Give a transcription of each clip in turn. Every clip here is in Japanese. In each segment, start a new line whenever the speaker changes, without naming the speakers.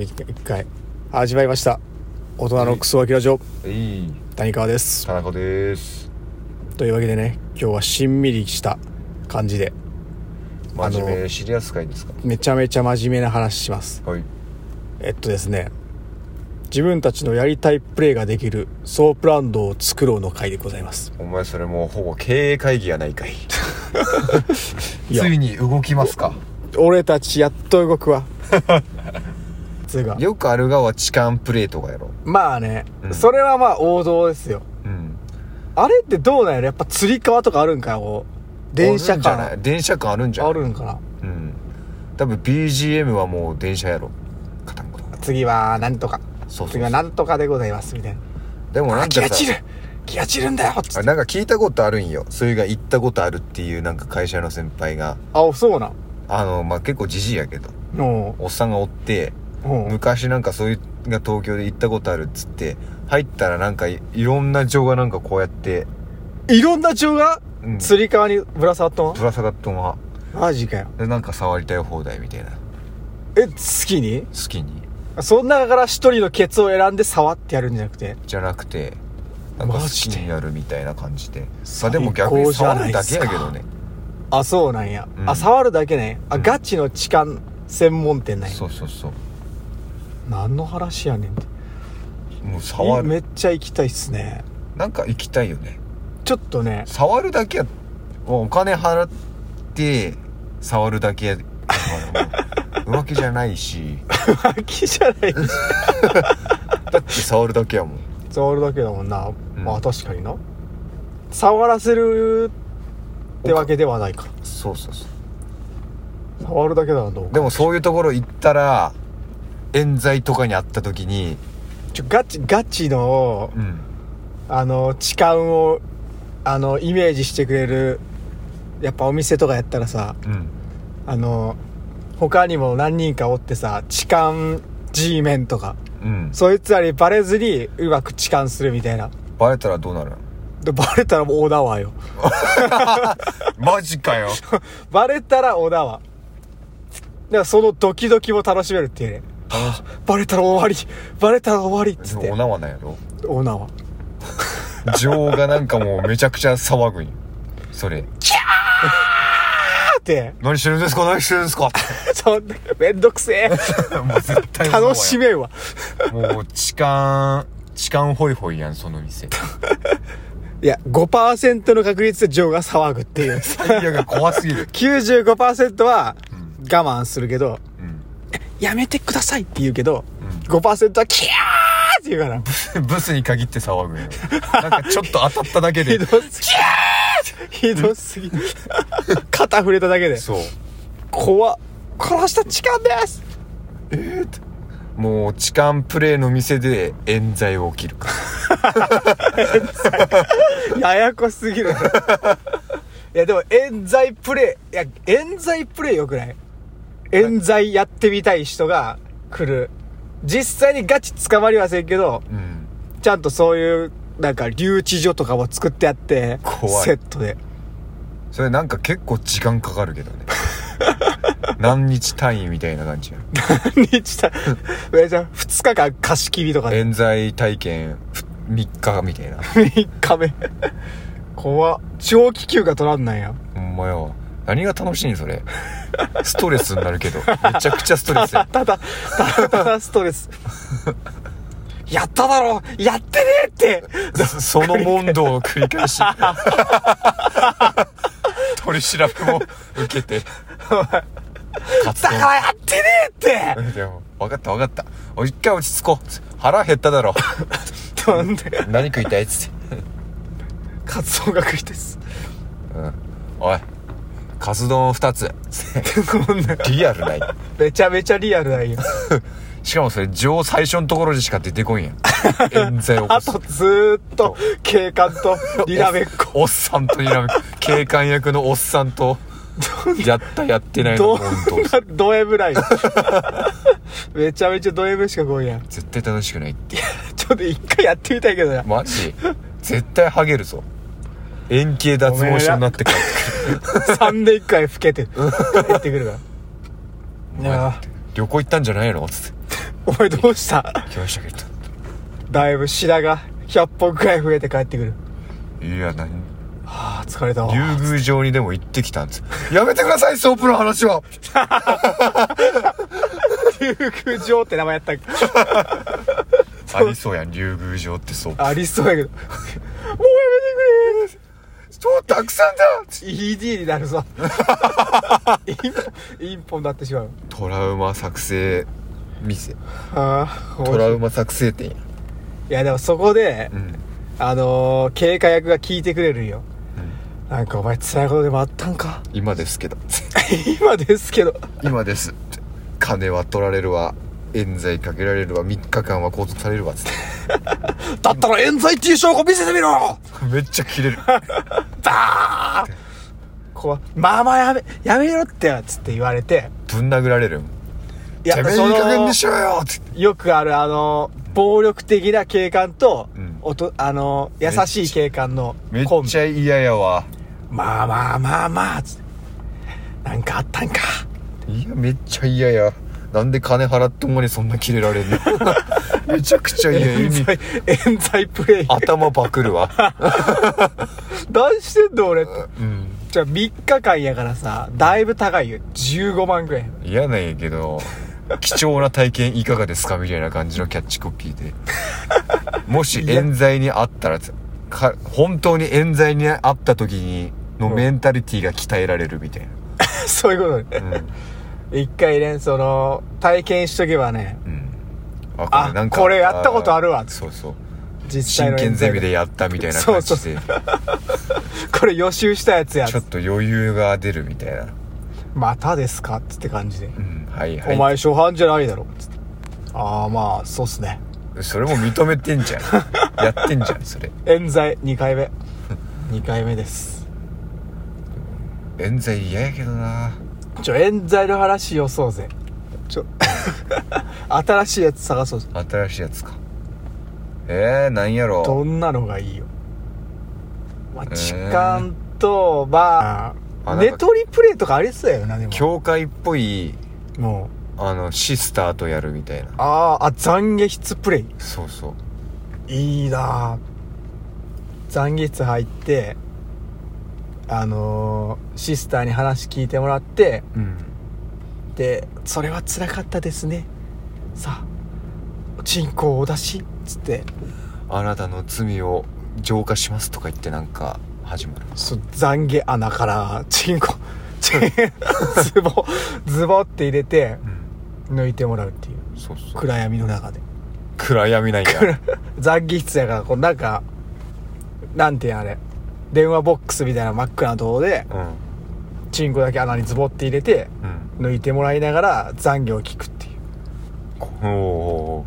一回一回味わいました大人のクソガキラジオ
いい
谷川です
田中です
というわけでね今日はしんみりした感じで
真面目シリアス会ですか
めちゃめちゃ真面目な話します
はい
えっとですね自分たちのやりたいプレーができるソープランドを作ろうの回でございます
お前それもうほぼ経営会議やないかい
いや
ついに動きますか
俺たちやっと動 くわつうか
よくある側は痴漢プレーとかやろ
まあね、
うん
それはまあ王道ですよ
うん
あれってどうなんやろやっぱ釣り革とかあるんかなこう電車
あるんじ
か
ゃ
な
ない電車感あるんじゃない
あるんかな
うん多分 BGM はもう電車やろカタンコタン
次はなんとか
そうそうそう
次はなんとかでございますみたいな
でもな
あ
んか
気が散
さ
る気が散るんだよっつ
あ
って
なんか聞いたことあるんよそれが行ったことあるっていうなんか会社の先輩が
あそうなん
あのまあ結構じじいやけど
お
おっさんがおって
うおう
昔なんかそういうのが東京で行ったことあるっつって入ったらなんかいいろんな情がなんかこうやって、
いろんな蝶が
うん、ぶ
釣り革にぶら下がったの
ら下がったま
マジかよ
までなんか触りたい放題みたいな好
え好きに
きに
その中から一人のケツを選んで触ってやるんじゃなくて
じゃなくてなんか好
マジ
き
で
になるみたいな感じでまあ
最
でも逆
高
に
じゃ
触
な
る
いっ
だ
す
け
か
やけどね
あそうなんや、
うん
あ触るだけねあ、
うん
ガチの痴漢専門店なんや
そうそうそう
何の話やねんって
もう触
いめ
る
っちゃ行きたいっすね
なんか行きたいよね
ちょっとね
触るだけやもうお金払って触るだ けやからもう浮気じゃないし
浮気じゃない
だって触るだけやもん
触るだけだもんな、
うん
まあ確かにな触らせるってわけではないか
そうそうそう
触るだけだなどう
で
か
もそういうところ行ったら冤罪とかにあった時に、
ちょガチガチの
うん、
あの痴漢をあのイメージしてくれるやっぱお店とかやったらさ
うん、
あの他にも何人かおってさ痴漢 G メンとか
うん、
そいつらにバレずにうまく痴漢するみたいな
バレたらどうなるの
でバレたらもう小田わよ
マジかよ
バレたら小田はだからそのドキドキも楽しめるっていうね
あ
バレたら終わりバレたら終わりっ
で
つっ
も
て
お縄なんやろ
オナは
情がなんかもうめちゃくちゃ騒ぐんよそれ
だって
何してるんですか何してるんですか
そんなめんどく せえ
もう絶対
楽しめんわ
もう痴漢痴漢ホイホイやんその店
いや5%の確率でジョーが騒ぐって いう
いや怖すぎる、
95%は
うん
我慢するけど
うん
やめてくださいって言うけど5%はキャーって言うから
うん、ブスに限って騒ぐんよなんかちょっと当たっただけ
ひ
で
どすぎひどす ぎ肩触れただけで
そう
怖っ殺した痴漢です
もう痴漢プレイの店で冤罪を起きるか
ややこすぎる いやでも冤罪プレイいや冤罪プレイよくない冤罪やってみたい人が来る実際にガチ捕まりはせんけど
うん
ちゃんとそういうなんか留置所とかも作ってあって
怖い
セットで
それなんか結構時間かかるけどね 何日単位みたいな感じや
何日 ためちゃ2日間貸し切りとかで
冤罪体験3日みたいな
3日目怖っ長期休暇取らんなんや
ほんまよ何が楽しいんそれストレスになるけどめちゃくちゃストレ スや
ただただただストレスやっただろやってねえって
その問答を繰り返し取り調べも受けてカツ
だからやってねえっ
でも分かった分かったお一回落ち着こう腹減っただろ
てなんで
何食いたいっつって
カツオが食いです
うんおいカツ丼2つ
こんな
リアルない
めちゃめちゃリアルなんよ
しかもそれ上最初のところでしか出てこんやん冤罪を起 こ
あ
す
とずーっと警官とリラベッコ
おっさんとにらめ警官役のおっさんとやったやってない
ど
の
ん
本当
なド M ないめちゃめちゃド M しか来んやん
絶対楽しくないって
ちょっと一回やってみたいけどな
マジ絶対ハゲるぞ円形脱毛症になってから
3年間老けて帰ってくるからいや
旅行行ったんじゃないのつって
お前どうした
来ましたけど
だいぶ白が100本くらい増えて帰ってくる。
いや何
はあ、疲れたわ。
竜宮城にでも行ってきたんですやめてくださいソープの 話は
竜宮城って名前や ったっけ
ありそうやん竜宮城ってソープ
ありそうやけど。もうやめてく
そうたくさんだ
れ !ED になるぞ。インポインポになってしまう。
トラウマ作成店
ああ、面白
ト
い
ラウマ作成店や
いやでもそこで、
うん
あのー、警戒役が聞いてくれるんよ。なんかお前辛いことでもあったんか
今ですけど
今ですけど。
今です 金は取られるわ冤罪かけられるわ3日間は拘束されるわつって
だったら冤罪っていう証拠見せてみろ
めっちゃ切れる
ダーこう、まあまあやめ、やめろってやつって言われて、
ぶん殴られる
や
てめえいい加減にしろよつって
よくあるあの、暴力的な警官と、
うん
おとあの、優しい警官の
めっ
コンビ
ち。ゃ嫌やわ
まあまあまあまあ、つってなんかあったんか。
いやめっちゃ嫌やなんで金払ってもにそんな切れられんの めちゃくちゃ嫌や意
冤
味
罪、冤罪プレイ。
頭パクる わ
何してんの俺って。
うん
じゃあ3日間やからさ、だいぶ高いよ。15万ぐらい。
嫌なんやけど貴重な体験いかがですかみたいな感じのキャッチコピーでもし冤罪にあったらつか本当に冤罪にあった時にのメンタリティーが鍛えられるみたい
そういうこと
な
ね。
うん、
一回ね、その、体験しとけばね、
うん、あ
あ
なんか
これやったことあるわ
そうそう
実際
真
の
剣
冤
ゼ
罪
ミでやったみたいな感じで
これ予習したやつや
ちょっと余裕が出るみたいな、
またですかって感じで、
うん、はいはい
お前初犯じゃないだろつってああまあそうっすね
それも認めてんじゃんやってんじゃんそれ
冤罪2回目2回目です
冤罪嫌やけどな
ちょ冤罪の話よそうぜちょ 新しいやつ探そうぜ
新しいやつかえー、なんやろ
どんなのがいいよまあ
ー
痴漢と、まあ
あなん
ネ
か
トリプレイとかありそうやよなでも
教会っぽい
もう
あのシスターとやるみたいな
あーあ懺悔室プレイ
そうそう
いいなぁ懺悔室入ってあのーシスターに話聞いてもらって
うん
で「それは辛かったですね」さあ「チンコをお出し」つって
あなたの罪を浄化しますとか言ってなんか始まる
そ懺悔穴からチンコ チンズボズボって入れて
うん
抜いてもらうっていう
そうそう
暗闇の中で
暗闇なんや
懺悔室やからこうなんかなんていうんあれ電話ボックスみたいな真っ暗なとこで
うん
チンコだけ穴にズボって入れて
うん
抜いてもらいながら残業を聞くっていう
おお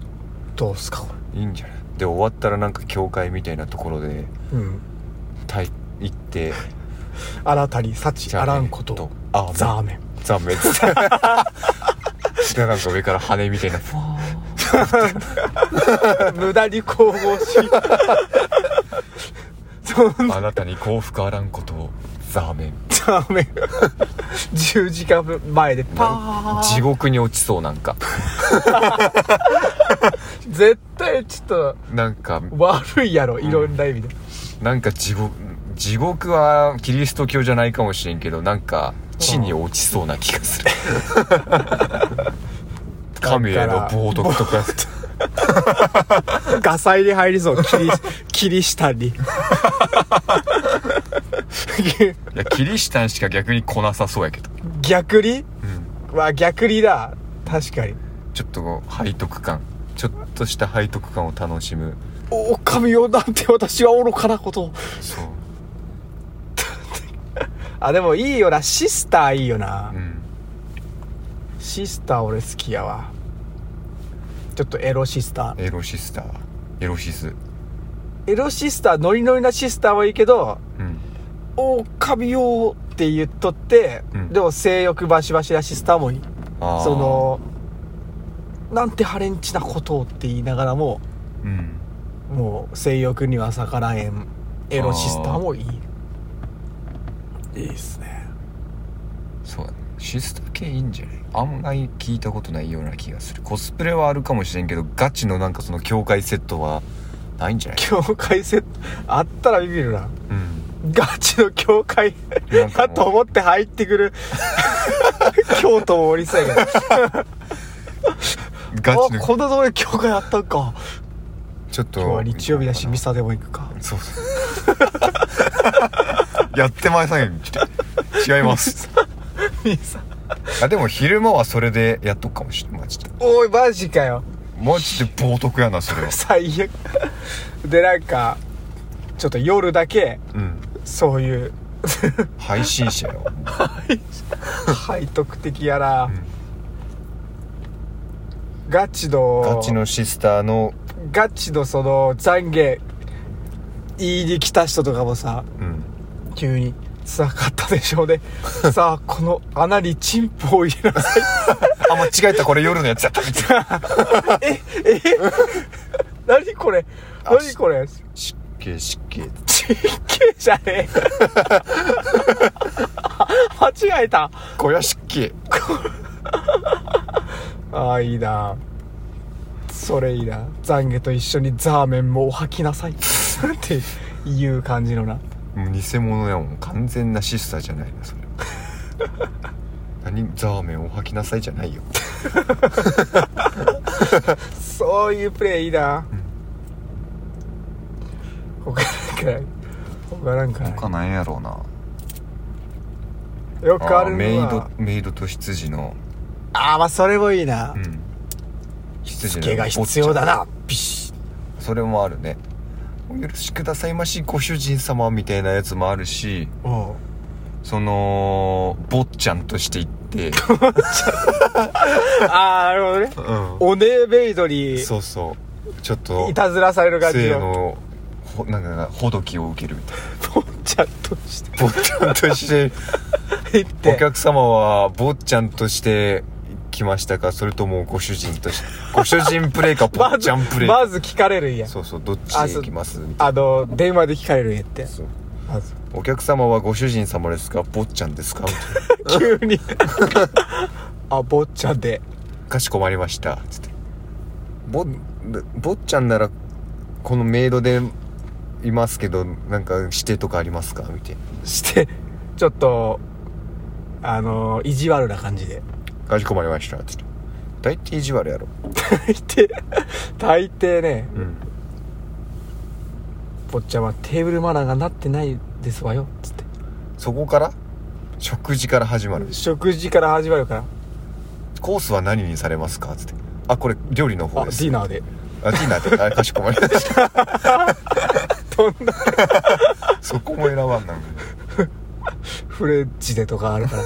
どうすかこ
ーいいんじゃないで終わったらなんか教会みたいなところで
れうん
たい行って
あなたに幸あらんことを
あ
ザーメン
残滅なんか上から羽みたいなふわー
無駄に攻防し そんな
あなたに幸福あらんことをザーメン
ザーメン10時間前でパ
地
ーン
獄に落ちそうなんか
絶対ちょっと
なんか
悪いやろいろんな意味で、
なんか地獄地獄はキリスト教じゃないかもしれんけどなんか地に落ちそうな気がする神への冒涜とか
ガサ入れ入りそう キリキリシタンに
いやキリシタンしか逆に来なさそうやけど、
逆に
うん、
まあ逆にだ確かに
ちょっとこう背徳感ちょっとした背徳感を楽しむ
お神よなんて私は愚かなことを
そう
あでもいいよなシスターいいよな、
うん
シスター俺好きやわちょっとエロシスター
エロシスターエロシス
エロシスターノリノリなシスターはいいけど
うん
「お神よ」って言っとって、
うん
でも性欲バシバシなシスターもいい
あー
そのなんてハレンチなことをって言いながらも
うん
もう性欲には逆らえんエロシスターもいいいいっすね
そうだねシスター系いいんじゃない案外聞いたことないような気がするコスプレはあるかもしれんけどガチのなんかその境界セットはないんじゃない
境界セットあったらビビるな
うん
ガチの教会
なんかもう
だと思って入ってく る京都もおりそうやけど
ガチ
あ
の
こんなところに教会あったんか
ちょっと
今日は日曜日だしミサでも行くか
そうそう やってません違 います
ミサ
あでも昼間はそれでやっとくかもしれんマジで
おいマジかよ
マジで冒涜やなそれは
最悪でなんかちょっと夜だけ
うん
そういう
配信者よ、
背徳的やな、
うん
ガチの
ガチのシスターの
ガチのその懺悔言いに来た人とかもさ
うん
急に「つらかったでしょう ね」さあこの穴にチンポを入れなさい
あ間違えたこれ夜のやつだったみたいな」
ええ何これ
あ
何これ
湿気湿気
神経じゃねえ 間違えた
これは湿気
ああいいなそれいいな懺悔と一緒にザーメンもお吐きなさいっていう感じのな
もう偽物やもん完全なシスターじゃないな それ何ザーメンを吐きなさいじゃないよ
そういうプレイいいな、他なんかない他なんかない
他なんやろうな
よくあるのは
メイドメイドと羊の
ああまあそれもいいな
うん羊
付けが必要だなビシッ
それもあるねお許しくださいましご主人様みたいなやつもあるし
おう
その坊ちゃんとして いって、
ああなるほどね
う
おねえメイドに
ん、そうそうちょっと
いたずらされる感じ
性
の
のほなんかほどきを受けるみたい
ポンちゃんとして
な坊ちゃんとして
行って
お客様は坊ちゃんとして来ましたかそれともご主人 としてご主人プレイか坊
ま
ち
ず
ゃんプレイか、
まず聞かれるんや
そうそうどっち
あ
へ
そう
行きますみたい
あの電話で聞かれるんやって
なそう
まず
お客様はご主人様ですか坊ちゃんですかみたいな
急 にあ坊ちゃんで
かしこまりましたつってぼ坊ちゃんならこのメイドでいますけどなんか指定とかありますかみたいな
してちょっとあの意地悪な感じで
かしこまりましたつって大体意地悪やろ
大抵大抵ね
うん
「坊ちゃんはテーブルマナーがなってないですわよ」つって
そこから食事から始まる
食事から始まるから
コースは何にされますかつってあこれ料理の
あ
方
デ
です
ィナーで
あディナーってあれかしこまりました
どんな
そこも選ばんなんか
フレンチでとかあるか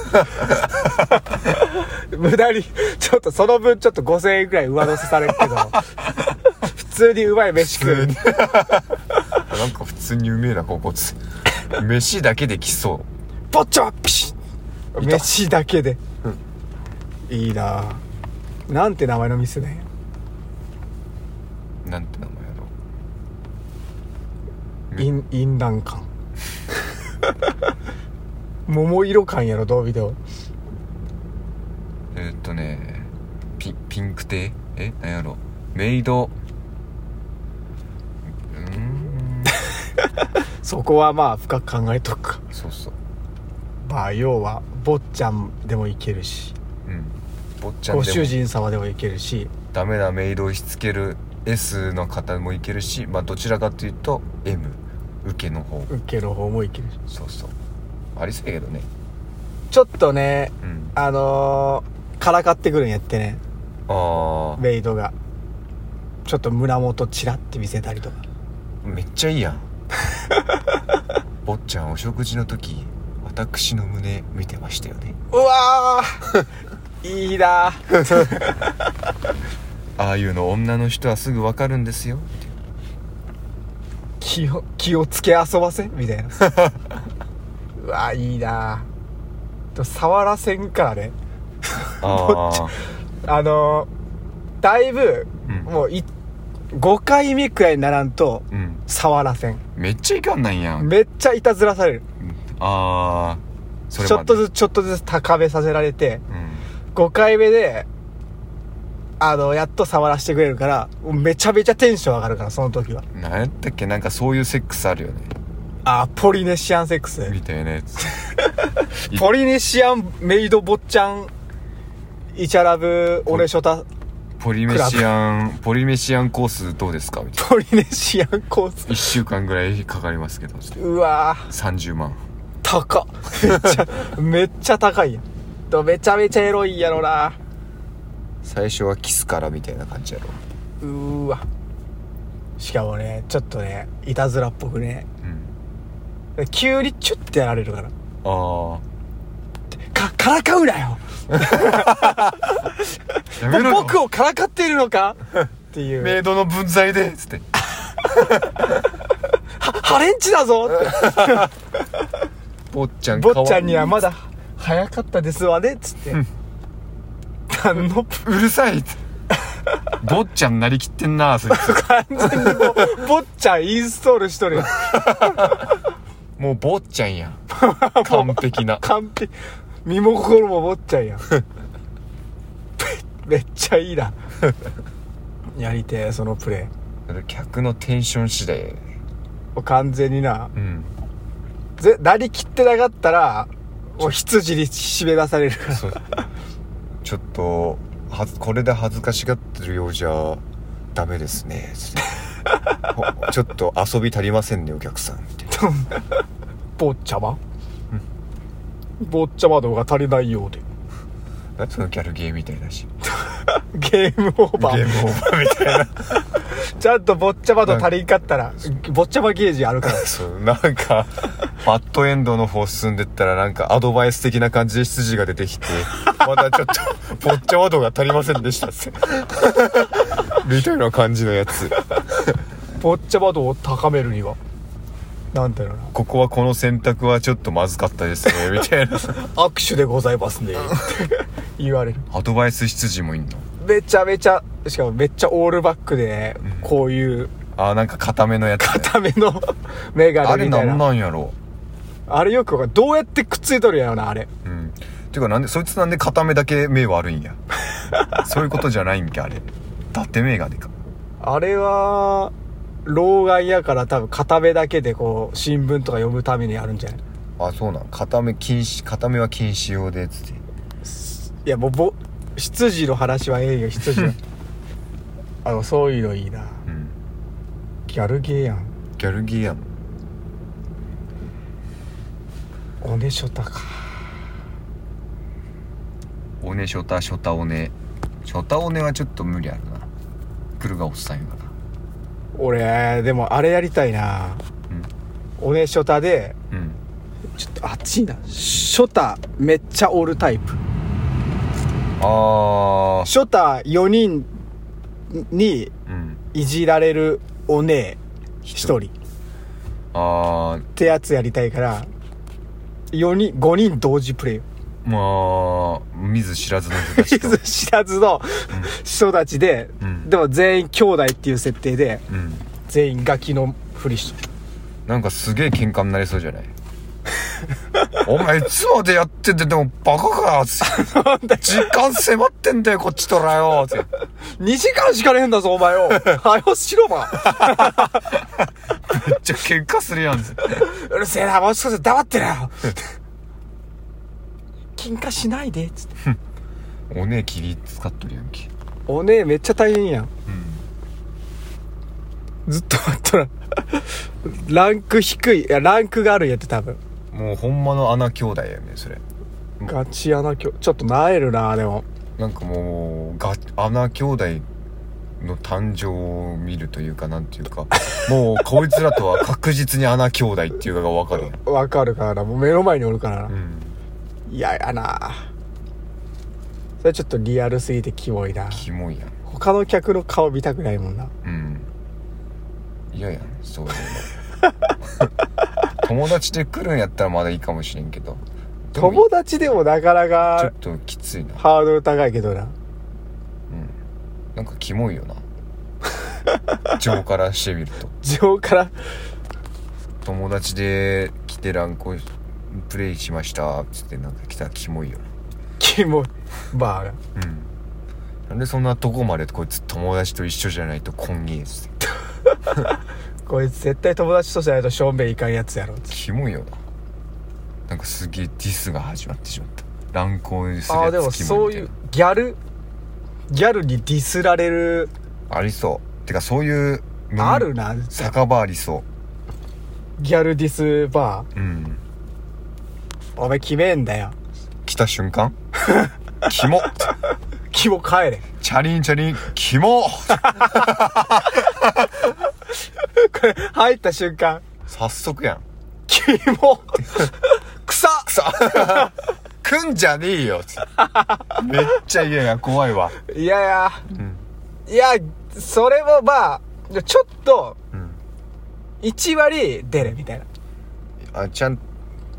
ら 無駄にちょっとその分ちょっと5000円ぐらい上乗せされるけど 普通にうまい飯食
普通
う
に なんか普通にうめえなここつ飯だけで来そ
ポッチョピシッ
いた
飯だけで、いいなあなんて名前の店ね
うなんて名前やろうん
インインラン館 桃色館やろどう見ても
えーっとねピピンク亭えなんやろメイドうーん
そこはまあ深く考えとくか
そうそう
まあ要は坊ちゃんでもいけるし
うん坊ちゃん
ご
でも
主人様でもいけるし
ダメなメイドをしつける S の方もいけるしまあどちらかというと M 受けの方
受けの方もいけるし
そうそうありそうやけどね
ちょっとね
うん
あのーからかってくるんやってね
ああ
メイドがちょっと胸元チラって見せたりとか
めっちゃいい やん坊ちゃんお食事の時私の胸見てましたよね
うわー いいな
ああいうの女の人はすぐわかるんですよって
気を気をつけ遊ばせみたいな うわいいなでも触らせんからね坊ちゃんあのーだいぶ
うん
もうい5回目くらいにならんと
うん
触らせん
めっちゃいかんないやん
めっちゃいたずらされる
ああそれ
ちょっと
ず
ずつちょっとずつ高めさせられて
うん
5回目で、あの、やっと触らせてくれるから、もうめちゃめちゃテンション上がるから、その時は。
なんやったっけなんかそういうセックスあるよね。
あー、ポリネシアンセックス。
みたいなやつ。い
ポリネシアンメイド坊ちゃん、イチャラブ、俺ショタ、
ポリメシアン、ポリメシアンコースどうですかみたい
ポリネシアンコース。
な。1週間ぐらいかかりますけど、
うわー。
30万。
高っめっち ゃめっちゃ高いやんとめちゃめちゃエロいんやろな
最初はキスからみたいな感じやろ。
うーわしかもねちょっとねいたずらっぽくね
うん。
急にチュッてやられるから
あ
かからかうなよ
あ。やめろよ
僕をからかっているのかっていう
メイドの分際でつって。
はハレンチだ ぞ
坊ちゃん
坊
かわいい
ちゃんにはまだ早かったですわねっつって何の
うるさいっつって。坊ちゃんなりきってんなそいつ。
完全にもう坊ちゃんインストールしとるよ
もう坊ちゃん やん。完璧 な。
完璧身も心も持っちゃうやん めっちゃいいなやりてえそのプレ
客のテンション次第やね。
ーもう完全にな
うん。
ぜなりきってなかったらもう羊に締め出されるから
そうちょっとはずこれで恥ずかしがってるようじゃダメですね ほちょっと遊び足りませんねお客さんみたいな
坊ちゃま坊ちゃまの方が足りないようで
何そのギャルゲーみたいだし
ゲームオー
ゲ
バ
ー
ー
ムオーバーみたい
ちゃんと坊ちゃまの足りんかったら坊ちゃまゲージある から
なそうなんかバッドエンドの方進んでったらなんかアドバイス的な感じで羊が出てきてまだちょっとぼっちゃワードが足りませ んでしたってみたいな感じのやつ
坊ちゃま度を高めるにはなんだろうな
ここはこの選択はちょっとまずかったですねみたいな
握手でございますね 言われる
アドバイス羊もいんの
めちゃめちゃしかもめっちゃオールバックでこういう
あーなんか固めのやつ、
ための メガ
あ
ネ
れ
みた
ない
なんあれ
なんやろ
よくわかんどうやってくっついとるんやろなあれ
うんてかなんでそいつなんで片目だけ目悪い んやそういうことじゃないんけあれだって目がでか
あれは老眼やから多分片目だけでこう新聞とか読むためにあるんじゃない
あそうなん片目禁止片目は禁止用でつって
いやもうぼ羊の話はええよ羊はあのそういうのいいな
うん
ギャルゲーやん
ギャルギーやん
おねしょたか
おねしょたしょたおねしょたおねはちょっと無理あるな来るがおっさんやから
俺でもあれやりたいな、おねしょたで
うん
ちょっと熱いなショタめっちゃおるタイプ
あー
ショタ4人に
うん
いじられるお姉1人っ
あー
てやつやりたいから4人5人同時プレイよ
まあ見ず知らずの人たち
見
と
ず知らずの人たちで、
うん
でも全員兄弟っていう設定で
うん
全員ガキのふりしとる
なんかすげえ喧嘩になりそうじゃない お前いつまでやっててでもバカかつって時間迫ってんだよこっちとらよつって
2時間しかねえんだぞお前 をはよしろば
めっちゃ喧嘩するやんつって
うるせえな、もう少し黙ってなよ。 喧嘩しないで、つって。
おねえ切り使っとるやんけ
おねえめっちゃ大変やん。
うん
ずっと待っとら。ランク低い。いや、ランクがあるんやって多分。
もうほんまの穴兄弟やねそれ
ガチ穴きょ、ちょっとなえるな、でも。
なんかもうが穴兄弟の誕生を見るというかなんていうかもうこいつらとは確実に穴兄弟っていうのがわかるやん
わかるからな。もう目の前におるからな。
うん
嫌ややな。それちょっとリアルすぎてキモいな。
キモいやん
他の客の顔見たくないもんな。
うん嫌やんそういうの 友達で来るんやったらまだいいかもしれんけどでも
友達でもなかな
ちょ
か
っときついな
ハードル高いけどな。
なんかキモいよ な情からしてみると
情から、
友達で来てランコプレイしましたっつってなんか来たらキモいよな
キモバーが。
うんなんでそんなとこまでこいつ友達と一緒じゃないと今月です
こいつ絶対友達とじゃないと正面いかんやつやろ。
キモいよななんかすげえディスが始まってしまった乱行にする
ああ
や
ー、でも
つキモ
そ
い
い
うみたいうな、
ギャル、ギャルにディスられる、
ありそうてかそういううん
あるな、
酒場ありそ
ギャルディスバ
ううん
ー。お前決めんだよ。
来た瞬 間キモ
キモ帰れ。
チャリンチャリンキモ
これ、入った瞬間、
早速やん
キ モ、 草
さ来んじゃねえよつってめっちゃ嫌や怖いわ
いやいや、
うん
いや、それもまあ、ちょっと、
うん
1割出るみたいな。
あちゃん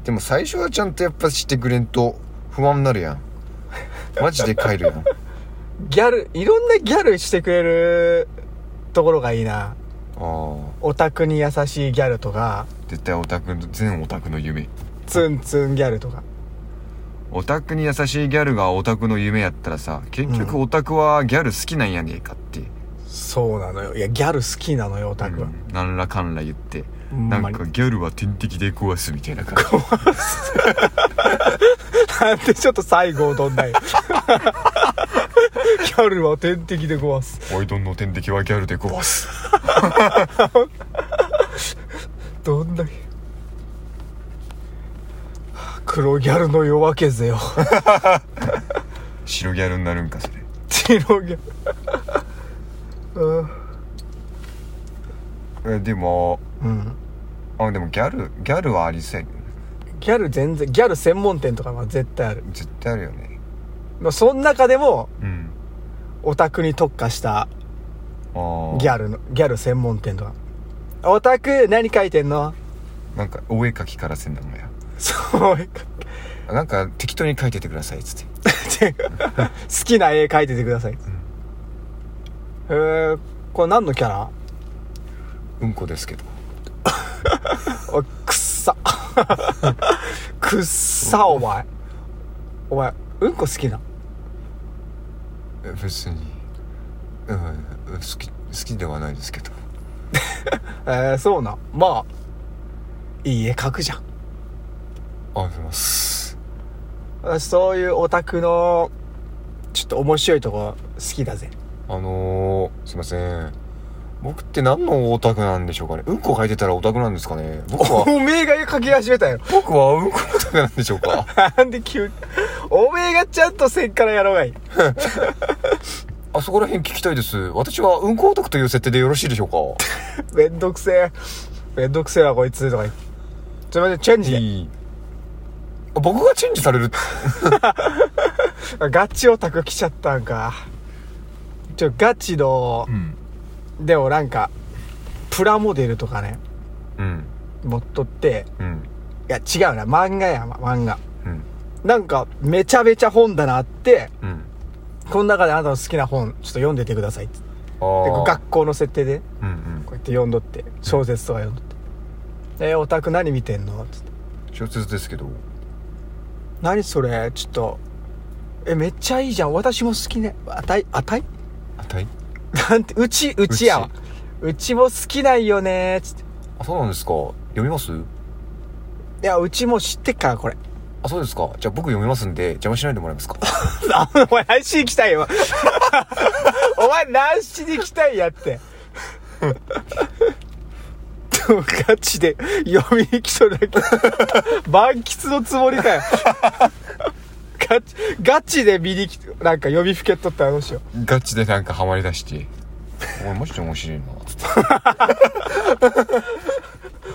でも最初はちゃんとやっぱしてくれんと不安になるやんマジで帰るや ん
ギャル、いろんなギャルしてくれるところがいいな。
ああ
オタクに優しいギャルとか、
絶対オタクの全オタクの夢
ツンツンギャルとか。
オタクに優しいギャルがオタクの夢やったらさ結局
うん
オタクはギャル好きなんやねえかって、
そうなのよ。いや、ギャル好きなのよ、オタクは。
うんなんらかんら言って
ほん
な
ま
ん
に
かギャルは天敵で壊すみたいな感じ
なんでちょっと最後どん ないギャルは天敵で壊す。
おいどんの天敵はギャルで壊す
どんだけ。黒ギャルの夜明けぜよ。
白ギャルになるんかそれ
白ギャ ル。うん
えでも
うん。
あでもギャルギャルはありそうやけどね
ギャル全然、ギャル専門店とかは絶対ある。
絶対あるよね
まあその中でも、
うん
オタクに特化した
ああ
ギャルの、ギャル専門店とか。オタク、何書いてんの
なんかお絵描きからせんだもんや
そういう
なんか適当に描いててくださいっつって
違う 好きな絵描いててください。へえ、これ何のキャラ
うんこですけど
おいくっ さ。くっさ、お前。お前、うんこ好きな。
え別にうん好き好きではないですけど
えー、そうな。まあ、いい絵描くじゃん。
ありがとうございます
私そういうオタクの、ちょっと面白いとこ好きだぜ。
あのー、すいません僕って何のオタクなんでしょうかねうんこ書いてたらオタクなんですかね僕は
おめえが絵描き始めたよ。
僕はうんこオタクなんでしょうか
なんで急に。おめえがちゃんとせっからやろうがいい。
あそこら辺聞きたいです私はうんこオタクという設定でよろしいでしょうか
めんどくせえ。めんどくせえわ、こいつ。とか言って。すいません、チェンジで。
いいあ僕がチェンジされる
ガチオタク来ちゃったんか。ちょ、ガチの
う、ん
でもなんか、プラモデルとかね、
うん
持っとって、
うん
いや、違うな、漫画や、漫画。
うん
なんか、めちゃめちゃ本棚あって、
うん
この中であなたの好きな本、ちょっと読んでてくださいって。で、
ああ
こう学校の設定で、
うんうん
こうやって読んどって、小説とか読んどって。え、オタク何見てんのつって。
小説ですけど
何それちょっと、え、めっちゃいいじゃん。私も好きね。あたい、あたい
あたい
なんて、うち、うちやわ。うちも好きなんよねつって。
あそうなんですか読みます
いや、うちも知ってっから、これ。
あそうですかじゃあ僕読みますんで邪魔しないでもらえますか
あ お前、何しに来たいよ。お前、何しに来たいやって。でもガチで読みに来とるだけ。満喫のつもりかよ。ガチ、ガチで見に来て、なんか読みふけっとったらどうしよ
ガチでなんかハマりだしてお前マジで面白いなつって
う。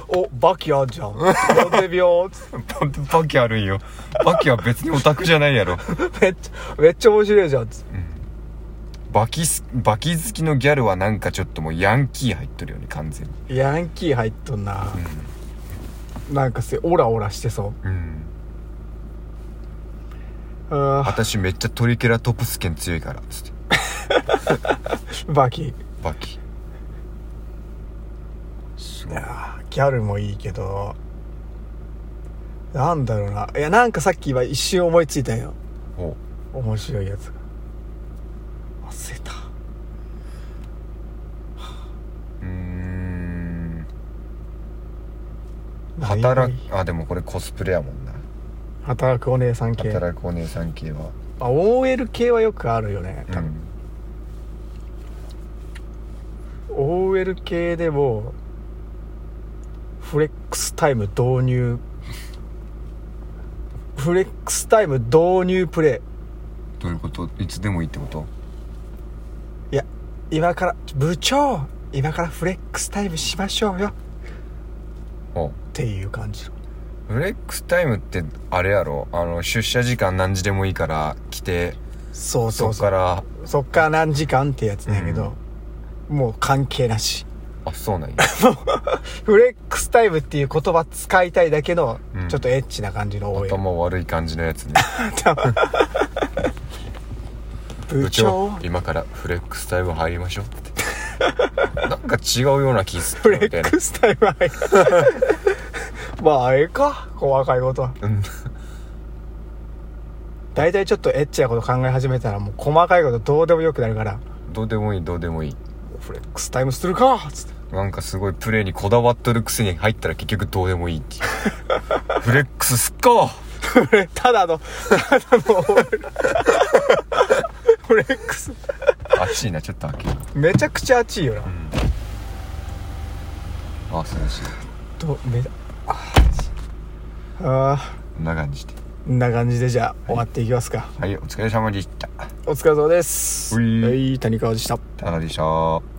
お、バキあんじゃん。読んでみよう。つって
なんで バキあるんよバキは別にオタクじゃないやろ
めっちゃ、めっちゃ面白いじゃん。つって
バキすバキ好きのギャルはなんかちょっともうヤンキー入っとるよね完全に
ヤンキー入っとんな。なんかせ、オラオラしてそう。
うん
あ
私めっちゃトリケラトプス剣強いからつって
ーバキ
バキすごい
あーギャルもいいけどなんだろうないやなんかさっき今一瞬思いついたよ
ほ
面白いやつが忘れた
ううーん
ない
働くあでもこれコスプレやもんな
働くお姉さん系
働くお姉さん系は
あ OL 系はよくあるよね
う
多
ん
分、OL 系でもフレックスタイム導入フレックスタイム導入プレ
どういうこといつでもいいってこと
イいや今から部長今からフレックスタイムしましょうよっ
ほ
ていう感じの
うフレックスタイムってあれやろあの出社時間何時でもいいから来て
そうそ
そうっ
そう
から
そっから何時間ってやつだけど、もう関係なし
あそう なんや
フレックスタイムっていう言葉使いたいだけの、
うん
ちょっとエッチな感じの OL
頭悪い感じのやつね
部長
今からフレックスタイム入りましょうって なんか違うような気す
フレ
るみたい
ッ
な
クスタイム 入るまああれか細かいことは
うん
大体ちょっとエッチなこと考え始めたらもう細かいことどうでもよくなるから
どうでもいいどうでもいい
フレックスタイムするかつって
なんかすごいプレーにこだわっとるくせに入ったら結局どうでもいいっていう フレックスすっか
これ ただのただ のフレックス
暑いなちょっと開ける
めちゃくちゃ熱いよな、
あ涼しい
どめああ
こんな感じで
ーんな感じでじゃあ終わっていきますか、
はいお疲れ様でした
お疲れ様です
うい
はい谷川でした
田中でした